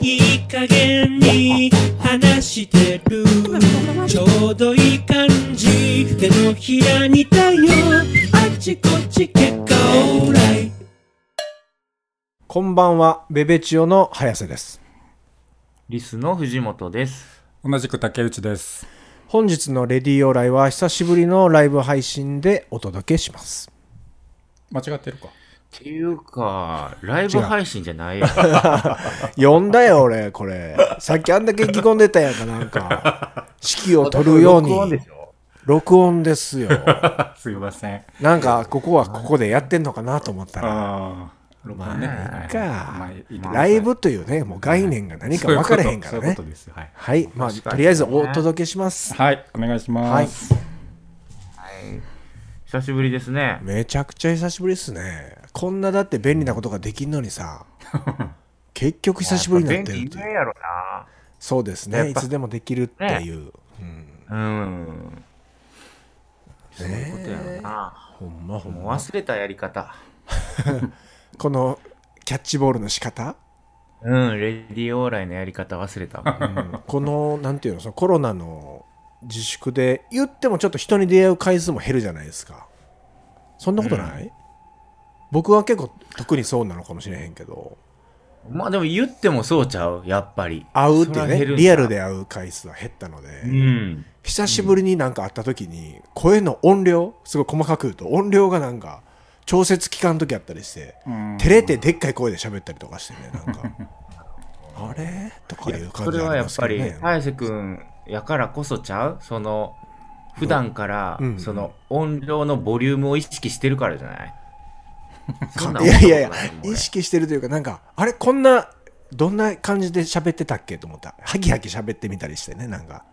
いい加減に話してるちょうどいい感じ手のひらにだよあちこち結果オーライこんばんは、ベベチオの早瀬です。リスの藤本です。同じく竹内です。本日のレディオライは久しぶりのライブ配信でお届けします。間違ってるか。っていうか、ライブ配信じゃな いよ。呼んだよ、俺、これ。さっきあんだけ意気込んでたやんか、なんか。指揮を取るように。録音ですよ。すいません。なんか、ここはここでやってんのかなと思ったら。ああ、録音ね。はいかまあライブというね、もう概念が何か分からへんからそういうねこと。です。はい。はい。まあ、とりあえずお届けします。はい、お願いします。久しぶりですね。めちゃくちゃ久しぶりですねこんなだって便利なことができんのにさ 結局久しぶりになってるっていうやろそうですやっねいぱつでもできるっていう、うんな。うん。そういうことやろな。ほんまほんもうま忘れたやり方。このキャッチボールの仕方、うん、レディオーライのやり方忘れたうわ。ん、このなんていうのそのコロナの自粛で言ってもちょっと人に出会う回数も減るじゃないですかそんなことない、僕は結構特にそうなのかもしれへんけどまあでも言ってもそうちゃう、やっぱり。会うっていうそらね減るんだリアルで会う回数は減ったので、うん。久しぶりになんか会った時に声の音量すごい細かく言うと音量がなんか調節期間時あったりしてうん照れてでっかい声で喋ったりとかしてねなん かあれとかいう感そじれがあはりやまっすぱけどり、ね早瀬くんやからこそちゃうその、普段からう、んその音量のボリュームを意識してるからじ ゃないそんなんいやいやいや思ったことなもん意俺識してるというかなんかあれこんなどんな感じで喋ってたっけと思ったハキハキ喋ってみたりしてねなんか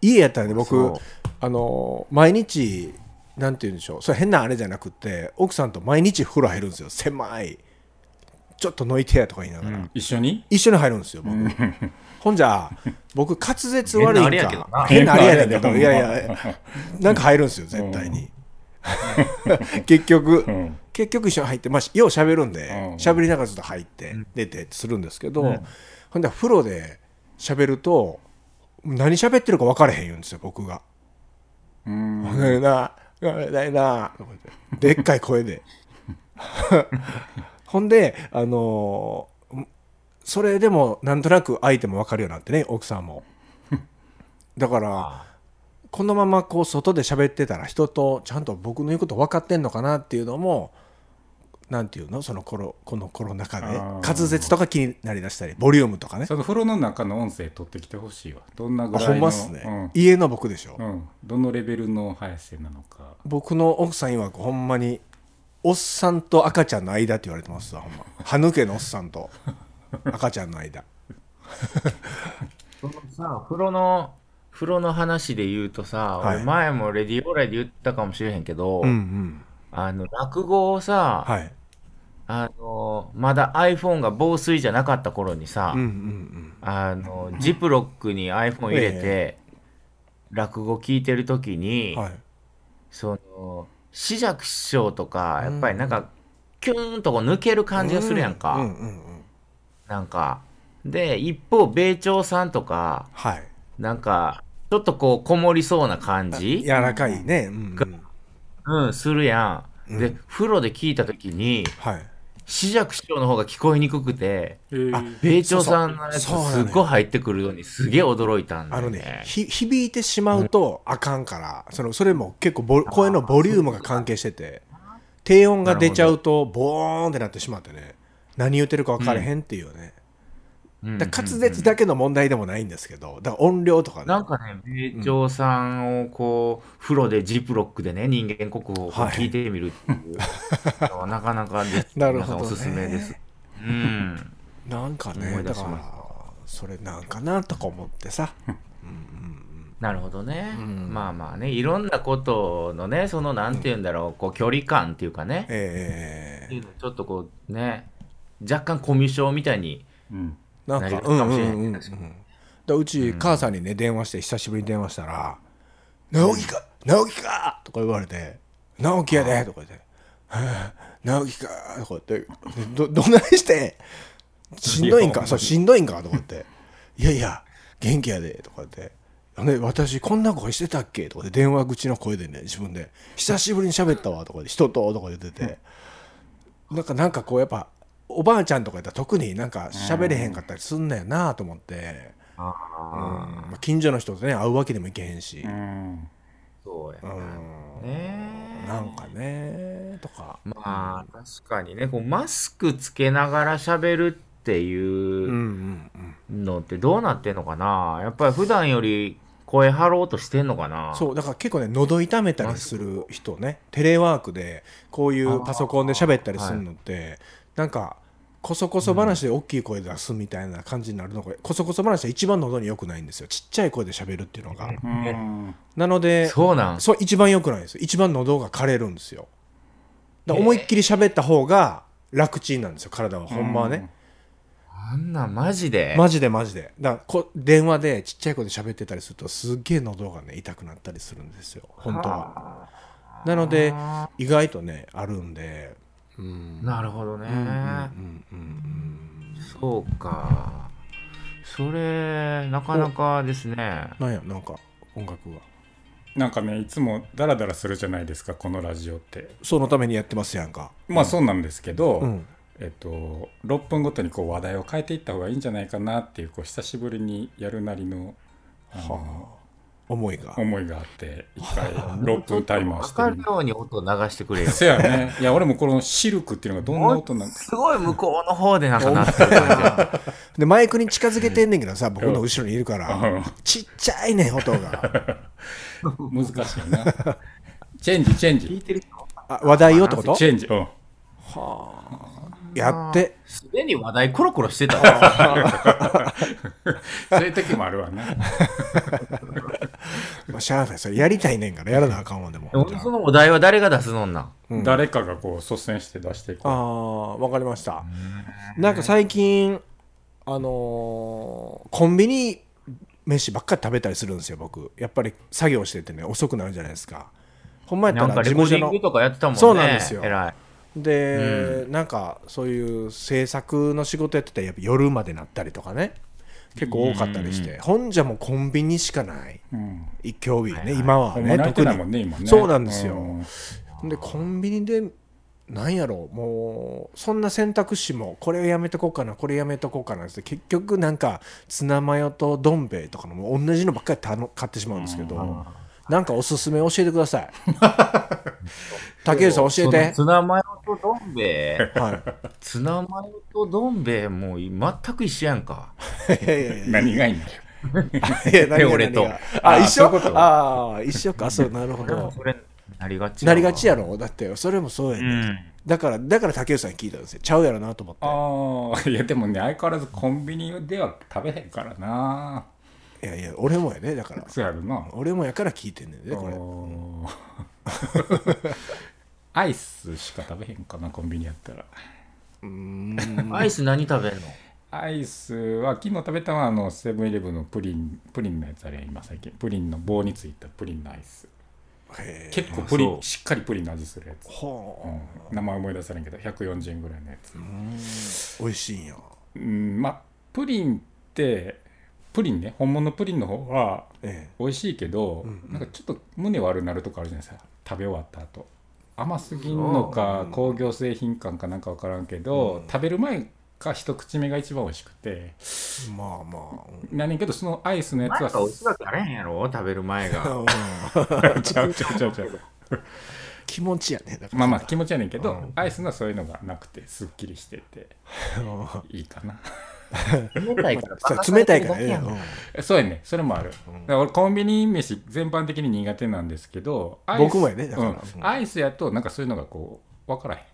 家やったらね僕そうあの毎日なんて言うんでしょうそれ変なあれじゃなくって奥さんと毎日風呂入るんですよ狭いちょっとノイテやとか言いながら、一緒に一緒に入るんですよ、僕。ほんじゃ、僕、滑舌悪いんか。変変ななあれあれややねけんどけど、いやいや、なんか入るんですよ、絶対に。 結局、ん結局一緒に入って、まあ、よう喋るんでうん、喋りながらずっと入って、出てするんですけど、ほんで、風呂で喋ると、何喋ってるか分からへん言うんですよ、僕が。うん。わかるな、わかるないな、でっかい声で。ほんで、あのーそれでもなんとなく相手もわかるようになってね、奥さんも。 だから、このままこう外で喋ってたら人とちゃんと僕の言うこと分かってんのかなっていうのも、なんていうのそのコロこのコロナ禍であー滑舌とか気になりだしたりボリュームとかねその風呂の中の音声取ってきてほしいわ。どんなぐあらいほの。んまっすね、家の僕でしょ、うん。うん。どのレベルの速さなのか。僕の奥さん曰くほんまにおっさんと赤ちゃんの間って言われてますわほん ま歯抜けのおっさんと赤ちゃんの間そのさ、風呂の、風呂の話で言うとさ、はい俺前もレディオーライで言ったかもしれへんけど、うんうんあの、落語をさ、はいあの、まだ iPhone が防水じゃなかった頃にさ、うんうんうんあの、ジップロックに iPhone 入れて、え落語聞いてるときに、はいその、紫尺師匠とか、やっぱりなんか、キューンとこう抜ける感じがするやんか。うんうんうんなんか。で、一方、米朝さんとか、はいなんか、ちょっとこう、こもりそうな感じ柔らかいねうんうんうん、するやん。で、風呂で聞いたときに、はい紫尺師匠の方が聞こえにくくて、えー米朝さんのやつそうそうすっごい入ってくるのにすげえ驚いたんだあよのねね。ひ響いてしまうとあかんからそのそれも結構ボ声のボリュームが関係してて低音が出ちゃうとボーンってなってしまってね何言ってるか分からへんっていうねうんだから滑舌だけの問題でもないんですけどだから音量とかねなんかね、米朝さんをこう、風呂でジップロックでね、人間国宝をはい聞いてみるっていうのは、なかなかです なる皆ほどさねんおすすめです。うん。なんか思ねいだ出かしましたらそれなんかなとか思ってさなるほどね。うんまあまあね、いろんなことのね、その、なんて言うんだろう、こう、距離感っていうかね、えってえいうのちょっとこう、ね、若干コミュ障みたいに、うん。なんかなりうんかうんもうしれないんうんだからうち母さんにね電話して久しぶりに電話したら「直樹か直樹か!」とか言われて「直樹やで!」とか言って「直樹かとか言ってでどどないしてしんどいんかそうしんどいんかとかっていやいや元気やでとかってね、私こんな声してたっけとかで電話口の声でね自分で「久しぶりに喋ったわ」とかで「人と」とか言っててなんかなんかこうやっぱおばあちゃんとかやったら特になんか喋れへんかったりすんねんなと思って、うんああ、まあ、近所の人とね会うわけでもいけへんし、うんそうやうんね。なんかねとかまあ、確かにね、こうマスクつけながら喋るってうんいううんうんのってどうなってんのかなやっぱり普段より声張ろうとしてんのかなそうだから結構ね喉痛めたりする人ねテレワークでこういうパソコンで喋ったりするのってなんかこそこそ話で大きい声出すみたいな感じになるのが、こそこそ話は一番喉に良くないんですよちっちゃい声で喋るっていうのが、うんなのでそうなんそう一番良くないんですよ一番喉が枯れるんですよだから思いっきり喋った方が楽ちんなんですよ体はほんまはね、あんなんマジで、マジでマジでだからこ電話でちっちゃい子で喋ってたりするとすっげえ喉がね痛くなったりするんですよ本当はなので意外とねあるんでうんなるほどね、うんうんそうか。それ、なかなかですね。うんなんやなんか音楽がなんかねいつもダラダラするじゃないですかこのラジオってそのためにやってますやんかまあそうなんですけど、うんえっと、6分ごとにこう話題を変えていった方がいいんじゃないかなっていうこう久しぶりにやるなりのあの思いが思いがあって一 回6分タイマーしてかるみように音流してくれよた。せやねいや俺もこのシルクっていうのがどんな音なんかすごい向こうの方でなんかなってる感じ が。でマイクに近づけてんねんけどさ僕の後ろにいるかうらんちっちゃいねん音が難しいなチェンジチェン聞いジてる人あ話題よってことチェンジうんやってすでに話題コロコロし てたわそういう時もあるわなまあしゃあないそれやりたいねんからやらなあかんわでもでもそのお題は誰が出すのんなん誰かがこう率先して出していこうああーわかりましたなんか最近あのーコンビニ飯ばっかり食べたりするんですよ僕やっぱり作業しててね遅くなるじゃないですかほんまやっなたんから事レコ務所ーディのングとかやってたもんね。そうなんですよ偉い。で、なんかそういう制作の仕事やってたらやっぱ夜までなったりとかね結構多かったりして、ほんじゃもうコンビニしかないうん興味ね、今はほんまね泣いて特なにいもんね今ねそうなんですようんでコンビニでなんやろうもうそんな選択肢もこれをやめとこうかなこれやめとこうかなって結局なんかツナマヨとどん兵衛とかのも同じのばっかり頼む買ってしまうんですけどなんかおすすめ教えてくだ さい竹内さん教えそのてツナマヨとどん兵衛。はツナマヨとどん兵衛もう全く一緒やんか。い、いやいやいや何がいいんだよいや何が俺と何がああ一緒そういうことああ一緒かそうなるほどそれなりがちなりがちややろだってそれもそうやわ。ね、だからだから竹内さんに聞いたんですよちゃうやろなと思ってああ、いやでもね、相変わらずコンビニでは食べへんからな。いやいや俺もやねだからそうやるな。俺もやから聞いてんねんねこれおーアイスしか食べへんかな、コンビニやったら。うん。アイス何食べんのアイスは、昨日食べたのは、あの、セブンイレブンのプリン、プリンのやつあれやん、今最近。プリンの棒についたプリンのアイス。へえ結構プリそン、うしっかりプリンの味するやつ。うはん名前思い出されんけど、140円ぐらいのやつ。あ美味しいんやうん、まあ、プリンって、プリンね、本物のプリンの方は、え美味しいけど、なんかちょっと胸悪なるとかあるじゃないですか食べ終わった後甘すぎんのか工業製品感かなんか分からんけど、食べる前か一口目が一番美味しくてえまあま何やけどそのアイスのやつ前はが美味しくあれへんやろ食べる前あ、が。うんちゃうちゃうちゃうちゃう気持ちやねだからまあまあ気持ちやねんけど、アイスのはそういうのがなくてすっきりしてていいかな 冷たいからそう冷たいからね、うんそうやねそれもある、だから俺コンビニ飯全般的に苦手なんですけどアイス僕もやねだからうんアイスやとなんかそういうのがこう分からへん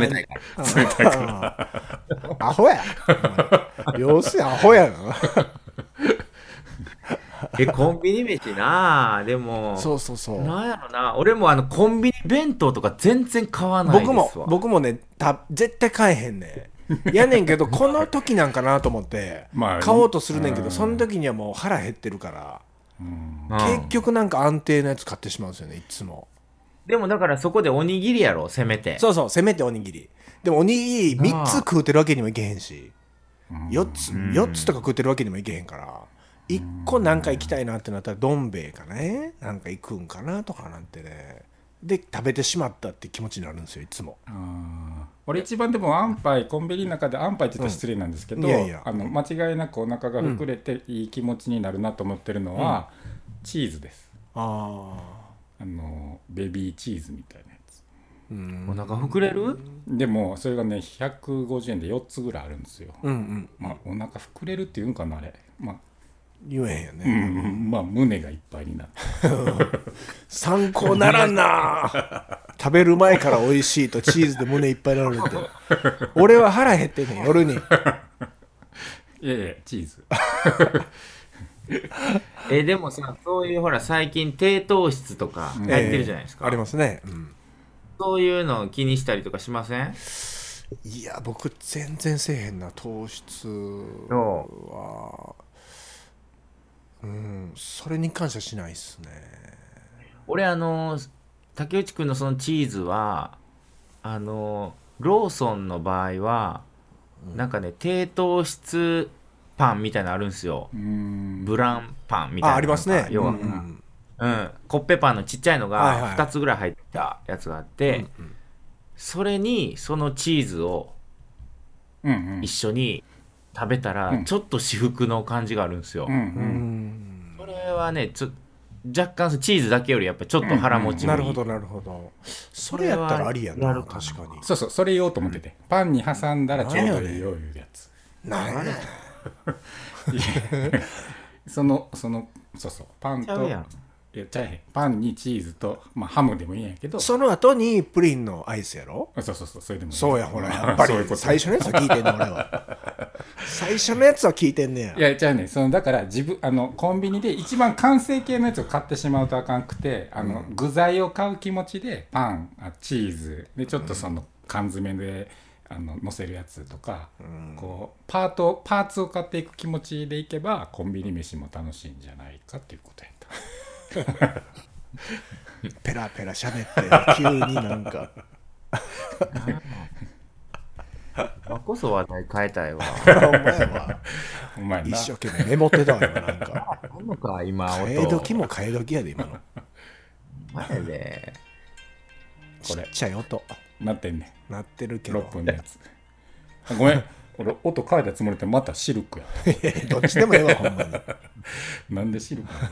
冷たいから。冷たいからアホや様子やアホやなえ、コンビニ飯なあでも、そうそうそうなんやろな俺もあの、コンビニ弁当とか全然買わないです僕わ。も僕もねた絶対買えへんねんやねんけどこの時なんかなと思って、まあ買おうとするねんけど、うんその時にはもう腹減ってるから、うんうん結局なんか安定のやつ買ってしまうんですよねいつもでもだからそこでおにぎりやろ、せめて。そうそうせめておにぎりでもおにぎりな3あつ食うてるわけにもいけへんしうん4つうん四つとか食うてるわけにもいけへんから1個なんか行きたいなってなったらどん兵衛かねなんか行くんかなとかなんてねで食べてしまったって気持ちになるんですよいつもあー俺一番でも安牌コンビニの中で安牌って言ったら失礼なんですけど、うんいやいやあの間違いなくお腹が膨れていい気持ちになるなと思ってるのは、チーズですあああのベビーチーズみたいなやつうおん腹膨れるでもそれがね150円で4つぐらいあるんですよ、うんうんまあお腹膨れるっていうんかなあれまあ、言えへんようね、んうん、まあ胸がいっぱいになって参考ならん な食べる前から美味しいとチーズで胸いっぱいになるって俺は腹減ってんねん 夜に いやいやチーズえでもさ、そういうほら、最近低糖質とかうんやってるじゃないですえか。えありますね、うんそういうのを気にしたりとかしませんいや僕全然せえへんな糖質そはうんそれに感謝しないっすね俺、あの、竹内くんのそのチーズは、あの、ローソンの場合は、なんかね、低糖質パンみたいなのあるんですよ。うんブランパンみたいな。あありますなんねか要は、うんうんうん、コッペパンのちっちゃいのはいはいが2つぐらい入ったやつがあって、それにそのチーズをうんうん一緒に食べたら、うんちょっと至福の感じがあるんですよ、うんううんんこれはねちょ若干そのチーズだけよりやっぱちょっと腹持ちもないい、るほどなるほどそれやったらありやなやるかな確かにそうそうそれ言おうと思ってて、パンに挟んだらちょうどいいよいうやつなんやねんそのそのそうそうパンちゃうとやんいやちゃえへんパンにチーズと、まあ、ハムでもいいんやけどその後にプリンのアイスやろあそうそうそうそれでもいいそうやほらやっぱそういうりこと最初のやつは聞いてんねん俺は最初のやつは聞いてんねやいやちゃうねんそのだから自分あのコンビニで一番完成形のやつを買ってしまうとあかんくてあの、具材を買う気持ちでパンあチーズでちょっとその缶詰であの乗せるやつとか、こうパートパーツを買っていく気持ちでいけばコンビニ飯も楽しいんじゃないかっていうことやったペラペラ喋って急になんかまあこそ話題変えたいわお前はお前な一生懸命メモってたわよなんかあんのか今音替え時も替え時やで今の前でちっちゃい音なってんねん鳴ってるけど6分のやつあごめん俺音変えたつもりでまたシルクやいやい やどっちでもええわほんまになんでシルクなの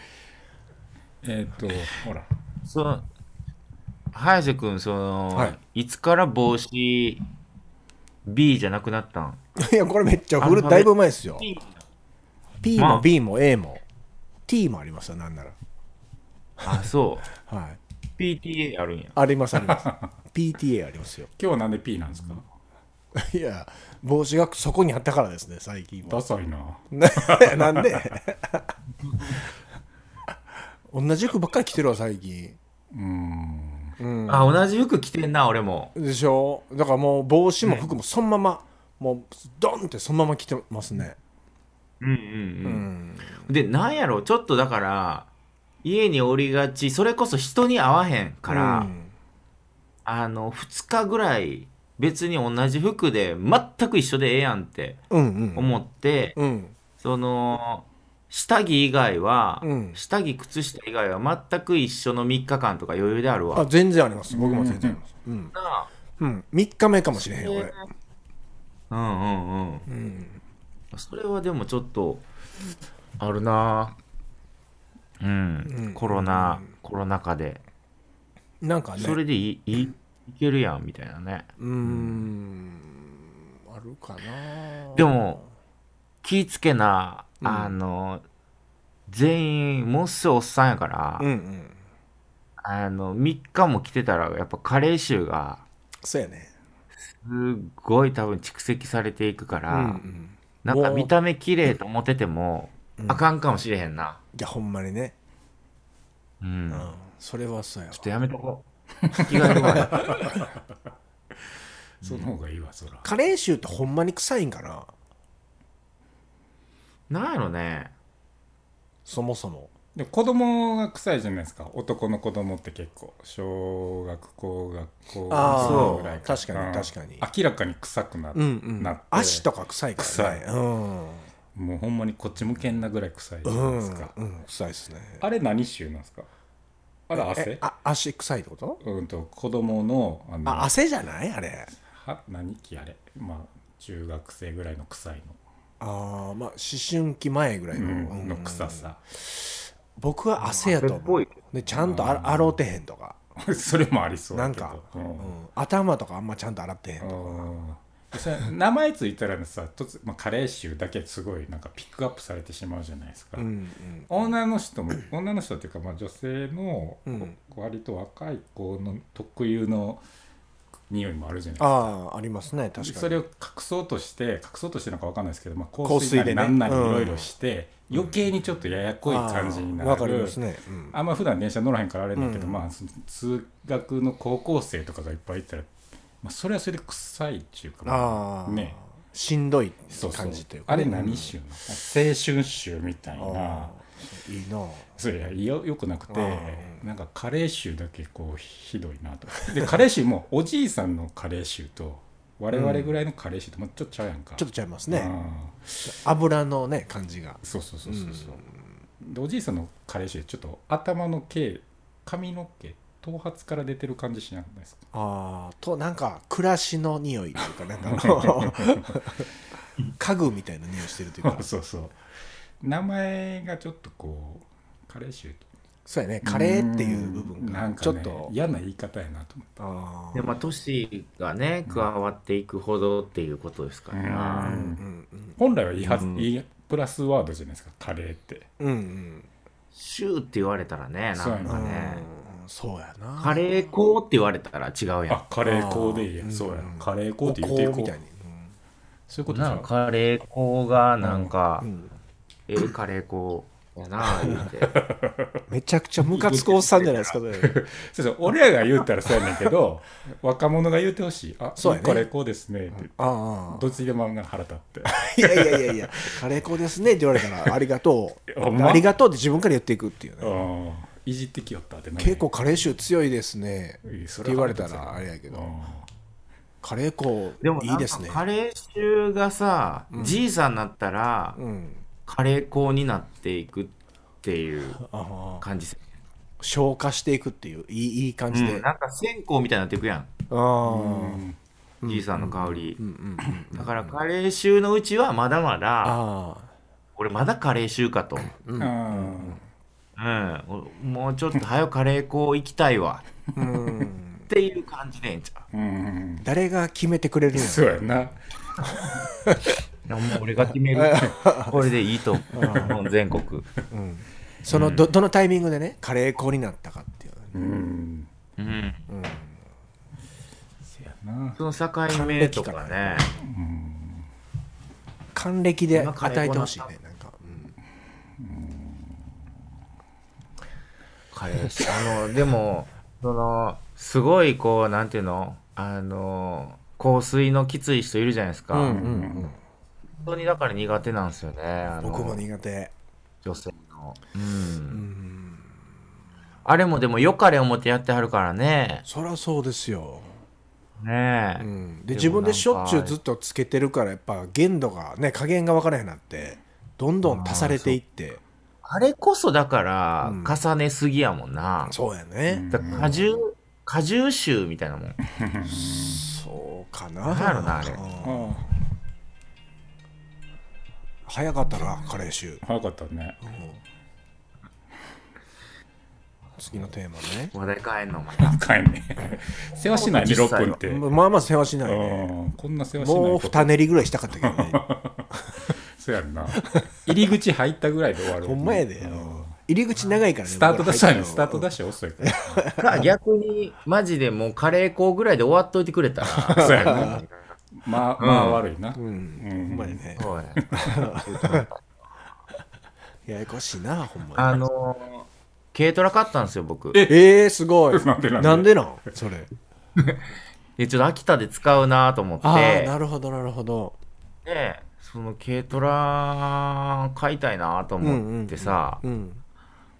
えっとほらその早瀬君その、、はいつから帽子 B じゃなくなったんいやこれめっちゃ古いだいぶ前ですよ P まもあ B も A も T もありますよなんならあそうはい PTA あるんやありますあります PTA ありますよ今日はなんで P なんですかいや帽子がそこにあったからですね最近は ダサいなななんで 同じ服ばっかり着てるわ最近うーんうんあ同じ服着てんな俺もでしょだからもう帽子も服もそのまま、もうドンってそのまま着てますねうんうんううん、んでなんやろちょっとだから家におりがちそれこそ人に会わへんから、うんあの2日ぐらい別に同じ服で全く一緒でええやんってうんうん思って、うんその下着以外は、うん下着靴下以外は全く一緒の3日間とか余裕であるあわ全然あります僕も全然ありますうん、なあうん、3日目かもしれへん俺うんうんうんうんそれはでもちょっとあるなぁうん、うんコロナ、コロナ禍でなんかねそれでいいいいけるやんみたいなねうーんあるかなでも気ぃつけな、うんあの全員もうすぐおっさんやから、うんうんあの3日も来てたらやっぱ加齢臭がそうやねすっごい多分蓄積されていくかうんうら、んなんかもう見た目綺麗と思ってても、あかんかもしれへんないやほんまにねうん、うんそれはそうやわちょっとやめとこう。着替えるわ。その方がいいわそらカレー臭ってほんまに臭いんかななんやろね。そもそもで子供が臭いじゃないですか男の子供って結構小学高学校あーぐらい確かにうん確かに明らかに臭くなって、うんうんなって足とか臭いからね臭もうほんまにこっち向けんなぐらい臭いじうゃないん、でうすんか、うん、臭いですねあれ何臭なんですかあれえ汗あ足臭いってことうんと子供のあのあ汗じゃないあれは何期あれまあ中学生ぐらいの臭いのあーまあ思春期前ぐらいの,、うんのうん臭さ 僕は汗やと汗っぽ思ういけどでちゃんとあ洗うてへんとか、それもありそうなだんけどか、ううんん頭とかあんまちゃんと洗ってへんとか、うんそれ名前ついたらさ突然、まあ、カレー臭だけすごいなんかピックアップされてしまうじゃないですか、うんうん女の人も女の人っていうか、まあ、女性のうん割と若い子の特有の匂いもあるじゃないですかああありますね確かにそれを隠そうとして隠そうとしてるのか分かんないですけど、まあ、水香水なでりねなんなりいろいろして、余計にちょっとややこい感じになあーわるかりますね、うんあんま普段電車乗らへんからあれだけど、うんまあ、その通学の高校生とかがいっぱいいたら、まあ、それはそれで臭いっていうかああ、ねしんどいそうそう感じというかあね、れ何臭なの、青春臭みたいなあーいいなそういやよよくなくてうなんかカレー臭だけこうひどいなとでカレー臭もおじいさんのカレー臭と我々ぐらいのカレー臭ともちょっとちゃうやんか、ちょっとちゃいますねうん油のね感じがそうそうそうそうそう、でおじいさんの彼氏でちょっと頭の毛髪の毛頭髪から出てる感じしなくないですかああとなんか暮らしの匂いというかなんかこ う家具みたいな匂いしてるというかそうそう名前がちょっとこう彼氏そうやねカレーっていう部分ながんか、ちょね、っと、嫌な言い方やなと思ってあでまあ都市がね加わっていくほどっていうことですからあなううんんうん本来はいいはず、うんいいプラスワードじゃないですかカレーってうんうんシューって言われたらねそうなやんなうかんねそうやなカレー粉って言われたら違うやんあカレー粉でいいやあーそうやうんカレー粉おって言ってい香こうみたいに、そういうことじゃなんあカレー粉がなんか、うんうんええカレー粉やな言うて めちゃくちゃムカつくおっさんじゃないですか、それそうそう俺らが言うたらそうやねんけど若者が言うてほしいあそそううやねカレー粉ですねってああどっちでもあんな腹立っていやいやいやいやカレー粉ですねって言われたらありがとう、ほんまありがとうって自分から言っていくっていうねうんいじってきよったってな結構カレー臭強いですねいいっそてれ言わはあれるたとらあれやけうどんカレー粉でもいないんかですねカレー臭がさじいさんになったら、うんカレー粉になっていくっていうああ感じする消化していくっていういいいい感じで、うん、あなんか線香みたいになっていくやんあ、じいさんの香り、うんうん、だからカレー臭のうちはまだまだああ俺まだカレー臭かと、ううんん、おもうちょっと早くカレー粉行きたいわうんっていう感じでええんちゃうん誰が決めてくれるんやそうやなうもう俺が決める これでいいと思う日本全国、うん、そのどどのタイミングでねカレー粉になったかっていう、うんううん、ん、そうやなその境目とかねうん還暦で与えてほしいねなんか、うんカレー臭あのでもそのすごいこうなんていうのあの香水のきつい人いるじゃないですか、うんうんうん、本当にだから苦手なんですよねあの僕も苦手、女性のうん、うん、あれもでもよかれ思ってやってはるからねそりゃそうですよ、ねえ、うん、で自分でしょっちゅうずっとつけてるからやっぱ限度がね加減が分からへんなってどんどん足されていってあれこそだからうん重ねすぎやもんな、そうやね、だから果汁果汁臭みたいなもんそうかななるなあれうんあ早かったなカレー臭あ早かったね次のテーマね話題変えんの また帰んね世話しないね実6際分はってまあまあ世話しないねうんこんな世話しないもうこと二練りぐらいしたかったけどねそうやんな入り口入ったぐらいで終わるほんまやでうん入り口長いからねスタートダッシュやね僕ら入ったのスタートダッシュ遅いからだから逆にマジでもうカレー粉ぐらいで終わっといて くれたらそうやなまあまあ悪いなうん、うんほんまやねそうやややこしいなほんまあのー軽トラ買ったんですよ僕にええー、すごいなんでなんでなんでなんそれでちょっと秋田で使うなと思ってああなるほどなるほどでその軽トラ買いたいなと思ってさ、うん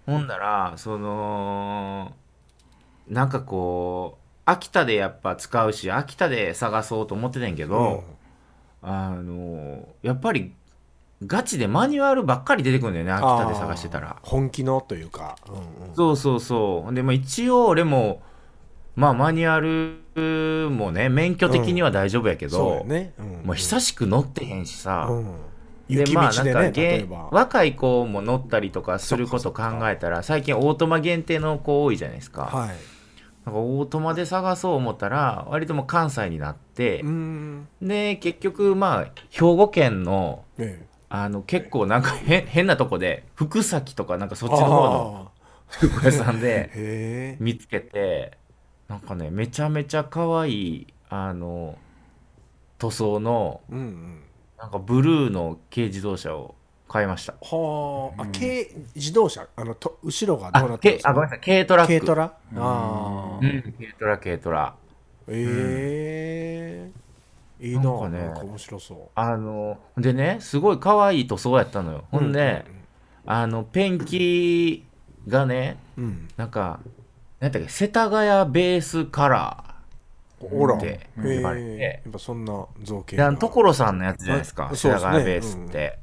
ほんならそのなんかこう秋田でやっぱ使うし秋田で探そうと思ってたんやけど、あのーやっぱりガチでマニュアルばっかり出てくるんだよね秋田で探してたらあー本気のというか、うんうんそうそうそう。ほんで、まあ、一応俺も、まあ、マニュアルもね、免許的には大丈夫やけそうどよ、ね、うんもう久しく乗ってへんしさ、うん、で雪ま道あなでね、んか例えげば若い子も乗ったりとかすること考えたら最近オートマ限定の子多いじゃないですか,、はいなんかオートマで探そう思ったら割ともう関西になってうー、んで結局まあ兵庫県のねあの結構なんかへ変なとこで福崎とかなんかそっちの方のあ服屋さんでーへえ見つけてなんかねめちゃめちゃ可愛いあの塗装のうんうんなんかブルーの軽自動車を買いましたはあ、あうん軽自動車あのと後ろがどうなあってるんけですあかごめんなさい軽トラック軽トララあうーん軽トラ軽トラええいいななんかなんねか面白そうあのでねすごい可愛い塗装やったのよほんで、あのペンキがねうんなんかなんだっけ世田谷ベースカラほらーっへて言われて、えやっぱそんな造形でがあの所さんのやつじゃないですか、はい世田谷そうベーですねスって。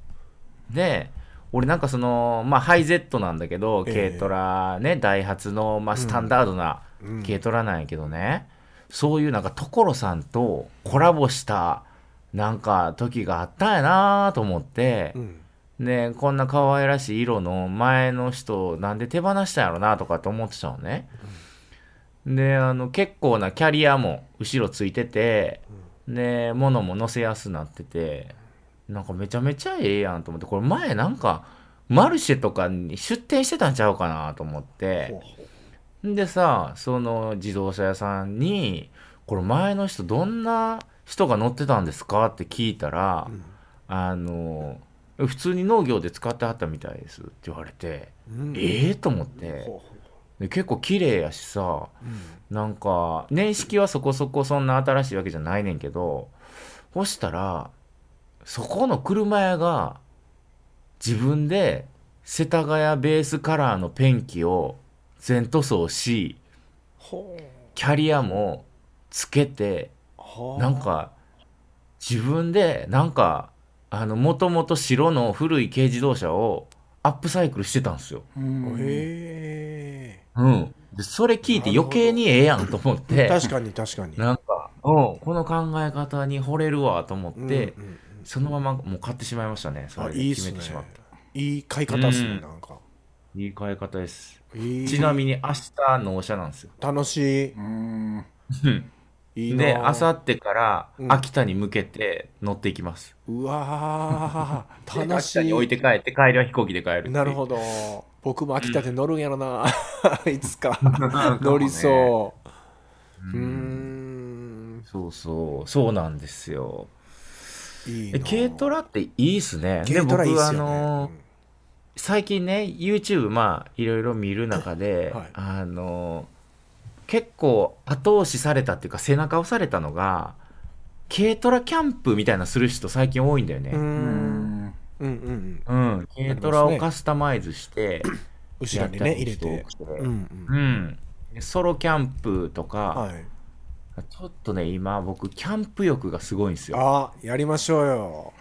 で、俺なんかその、まあ、ハイゼットなんだけど、ええ軽トラね、ダイハツの、まあ、スタンダードなうん軽トラなんやけどね、そういうなんか所さんとコラボした、なんか時があったんやなと思ってう、んね、こんな可愛らしい色の前の人なんで手放したんやろなとかって思ってたのね。で、あの、結構なキャリアも後ろついてて、で、物も乗せやすなってて、なんかめちゃめちゃええやんと思って、これ前なんかマルシェとかに出店してたんちゃうかなと思って、でさ、その自動車屋さんに、これ前の人どんな人が乗ってたんですかって聞いたら、あの普通に農業で使ってはったみたいですって言われて、うんええと思ってほうほで結構綺麗やしさううんなんか年式はそこそこそんな新しいわけじゃないねんけどそしたらそこの車屋が自分で世田谷ベースカラーのペンキを全塗装しほうキャリアもつけてはあなんか、自分で、なんか、あの、もともと白の古い軽自動車をアップサイクルしてたんですよ。うんへうん。で、それ聞いて余計にええやんと思っえて、確かに確かになんか、うん、この考え方に惚れるわと思って、うんうんうんそのままもう買ってしまいましたね。そあれでいいっ決すめねてしまった。いい買い方っすねうんなんかいい買い方です。ちちなみに明日納車なんですよ。楽しうんいいいなで、明後日からうん秋田に向けて乗っていきます。うわでー楽秋し田に置いいて帰って帰りは飛行機で帰るっていうなるほど僕も秋田で乗るんやろないつ か乗りそううーんそうそう、そうなんですよ。いいえな軽トラっていいっすね。軽トラいいっすよで、ね僕、あのー最近ね、YouTube、まあ、いろいろ見る中で、はいあのー結構後押しされたっていうか、背中押されたのが、軽トラキャンプみたいなのする人最近多いんだようーね。んうんうんうんうんうん。軽トラをカスタマイズして、後ろにやねった入れりしててうんうんうん。でソロキャンプとか、はいちょっとね、今僕、キャンプ欲がすごいんですよ。あやりましょうよ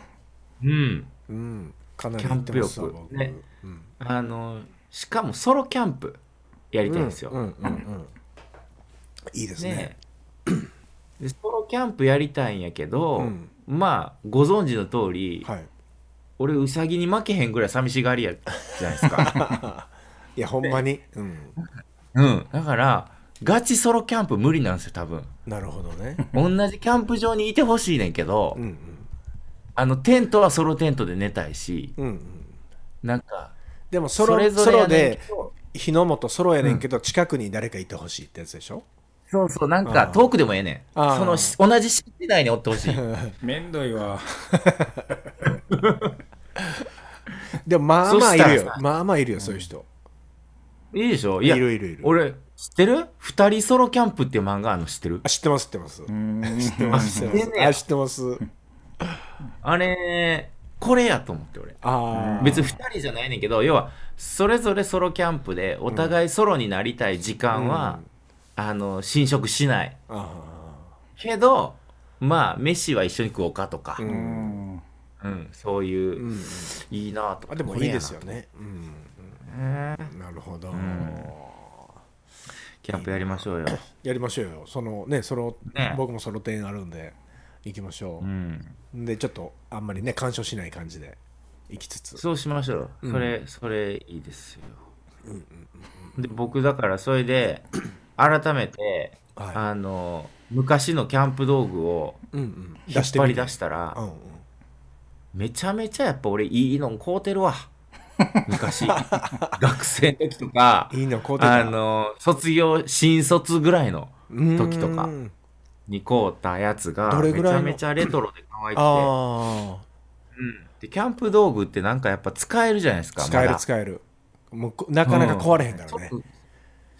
うん。うんかなり行ってますわキャンプ欲僕ねうんあのしかもソロキャンプやりたいんですよ。うんうんうんうんいいですねね でソロキャンプやりたいんやけど、うんまあご存知の通り、はい俺ウサギに負けへんぐらい寂しがりやじゃないですか。 いやほんまにうんうん、だからガチソロキャンプ無理なんですよ多分。なるほど ね同じキャンプ場にいてほしいねんけど、うんあのテントはソロテントで寝たいしうんうんうんなんかでもソそロれぞソれロやねんでけど日の本ソロやねんけど、近くに誰かいてほしいってやつでしょそうそうなんあかー遠くでもええねんあーそのし同じ敷地内におって ほしいめんどいわでもまあそまあしいたるらよさまあまあいるよそういう人、いいでしょいやるいるいる俺知ってる二人ソロキャンプっていう漫画あるの知ってるあ知ってます知ってます、うん知ってます知って知ってんねますやあ知ってますあれこれやと思って俺ああ別に2人じゃないねんけど要はそれぞれソロキャンプでお互いソロになりたい時間は、あの侵食しないあけどまあ飯は一緒に食おうかとか、あううんんそういう、うんいいなとあでもいいですよねうんうんなるほどキャンプやりましょ うよ、やりましょうよそのねそのね僕もソロ展あるんで行きましょうん、うでちょっとあんまりね干渉しない感じで行きつつそうしましょうそれ、それいいですよ、で僕だからそれ で改めて、はいあの昔のキャンプ道具をうんうん引っ張り出ししたらうんうんめちゃめちゃやっぱ俺いいのん買うて るわ昔学生の時とかいいの買うてたあの卒業新卒ぐらいのうん時とかに買うたやつがどれぐめちらいゃのめちゃレトロで可愛くてあでキャンプ道具ってなんかやっぱ使えるじゃないですあか使えまるだ使えるもうこなかなか壊れへんからねちょっと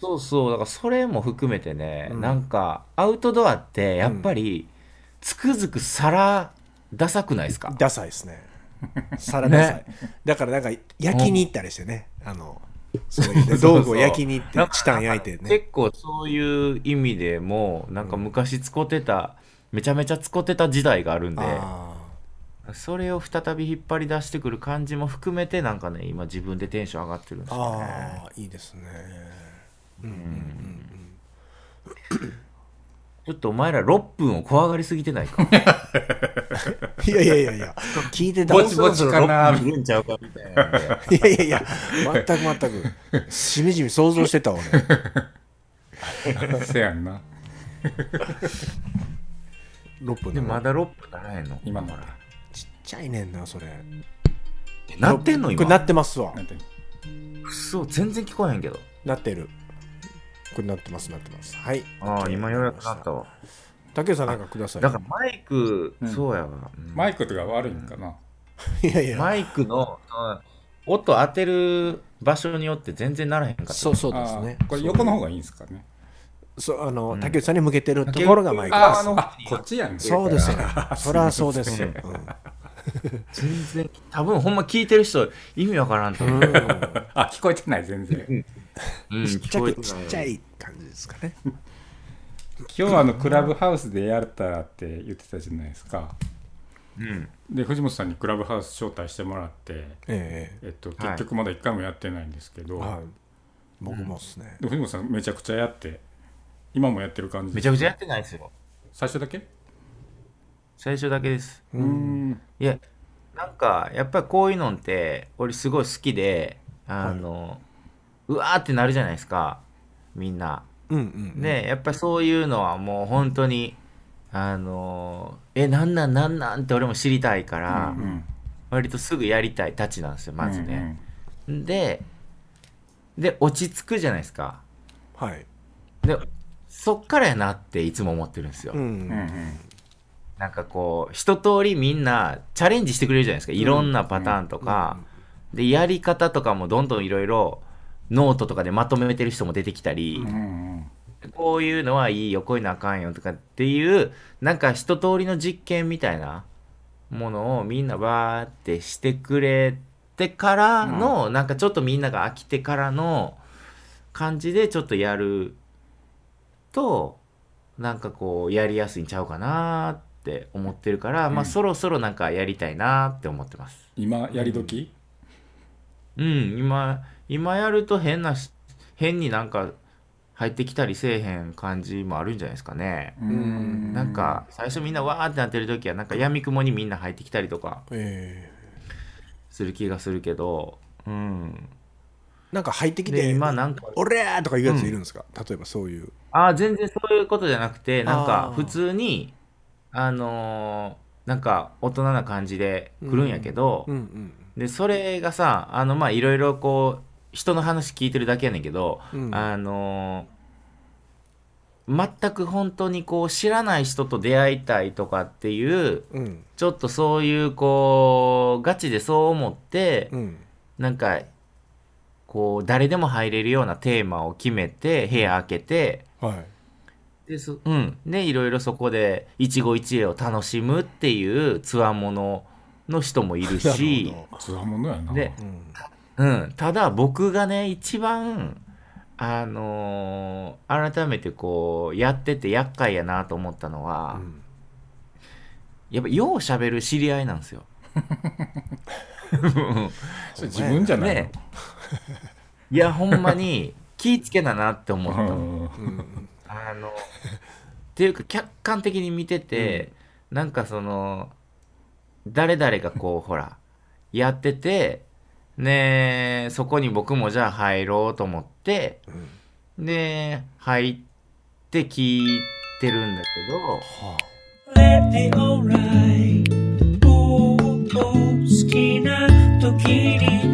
そうそうだからそれも含めてね、うんなんかアウトドアってやっぱりつくづく皿ダサくないですか、ダサいですね皿ダサいだからなんか焼きに行ったりしてねあのそういうね道具を焼きに行ってチタン焼いてね結構そういう意味でもなんか昔使ってた、めちゃめちゃ使ってた時代があるんであそれを再び引っ張り出してくる感じも含めてなんかね今自分でテンション上がってるんであすよねああいいですねちょっとお前ら6分を怖がりすぎてないかいやいやいやいや聞いてたぼちぼちかな見るんちゃうかみたいなんでいやいやいや全く全くしみじみ想像してた俺せやんな6分でのまだ6分ならへんの今ならちっちゃいねんなそれなってんの今これなってますわなんてくそ全然聞こえへんけどなってるこれなってますなってますはいああ今ようやくなったわ竹内さんなんかくださいだからマイク、うんそうやわ、うんマイクとか悪いんかな、いやいやマイクのうん音当てる場所によって全然ならへんかったそうそうであすーねこれ横の方がいいんですかねそうあの、うん竹内さんに向けてるところがマイクあーあでのあこっちやんす。そうですよね。。そりゃそうですよ。全然多分ほんま聞いてる人意味わからんとう思んう、あ聞こえてない全然うん、ちっちゃ聞こえくてちないっちゃい感じですかね。今日あのクラブハウスでやったらって言ってたじゃないですかうんで藤本さんにクラブハウス招待してもらって、えええっと、はい結局まだ一回もやってないんですけど、はい。僕もですね。で藤本さんめちゃくちゃやって今もやってる感じめちゃくちゃやってないですよ最初だけ最初だけですうーんいやなんかやっぱりこういうのって俺すごい好きであの、うわーってなるじゃないですかみんなうんうん。ねやっぱそういうのはもう本当にあのーえなんなんなんなんって俺も知りたいから、うん割とすぐやりたいたちなんですよまずうんうね、んでで落ち着くじゃないですかはい。でそっからやなっていつも思ってるんですよ、う。うんうんんなんかこう一通りみんなチャレンジしてくれるじゃないですかいろんなパターンとか、でやり方とかもどんどんいろいろノートとかでまとめてる人も出てきたり、うんうんこういうのはいいよ、こういうのあかんよとかっていう、なんか一通りの実験みたいなものをみんなバーってしてくれてからの、なんかちょっとみんなが飽きてからの感じでちょっとやると、なんかこうやりやすいんちゃうかなって思ってるから、まあそろそろなんかやりたいなって思ってます。今やり時うん、今、今やると変なし、変になんか入ってきたりせえへん感じもあるんじゃないですかね。うーんなんか最初みんなわーってなってる時はなんか闇雲にみんな入ってきたりとかええ。する気がするけど、うん、なんか入ってきでて、今なんか俺ーとかいうやついるんですか例えばそういう。あー全然そういうことじゃなくてなんあかー普通にあのーなんか大人な感じで来るんやけど、うんうん。でそれがさあのまあいろいろこう人の話聞いてるだけやねんけど、うんあのー全く本当にこう知らない人と出会いたいとかっていううん。ちょっとそういうこうガチでそう思って、うん。なんかこう誰でも入れるようなテーマを決めて部屋開けてはい。でそうんでいろいろそこで一期一会を楽しむっていうつわものの人もいる なるし、ほつわものやなでどうんうん、ただ僕がね一番あのー改めてこうやってて厄介やなと思ったのは、うんやっぱよう喋る知り合いなんですよ。うんそれ自分じゃないの、ねいやほんまに気ぃつけななって思った。うんうんあのっていうか客観的に見てて、なんかその誰々がこうほらやっててねえそこに僕もじゃあ入ろうと思って、で入って聞いてるんだけど。はあ Let it alright 好きな時に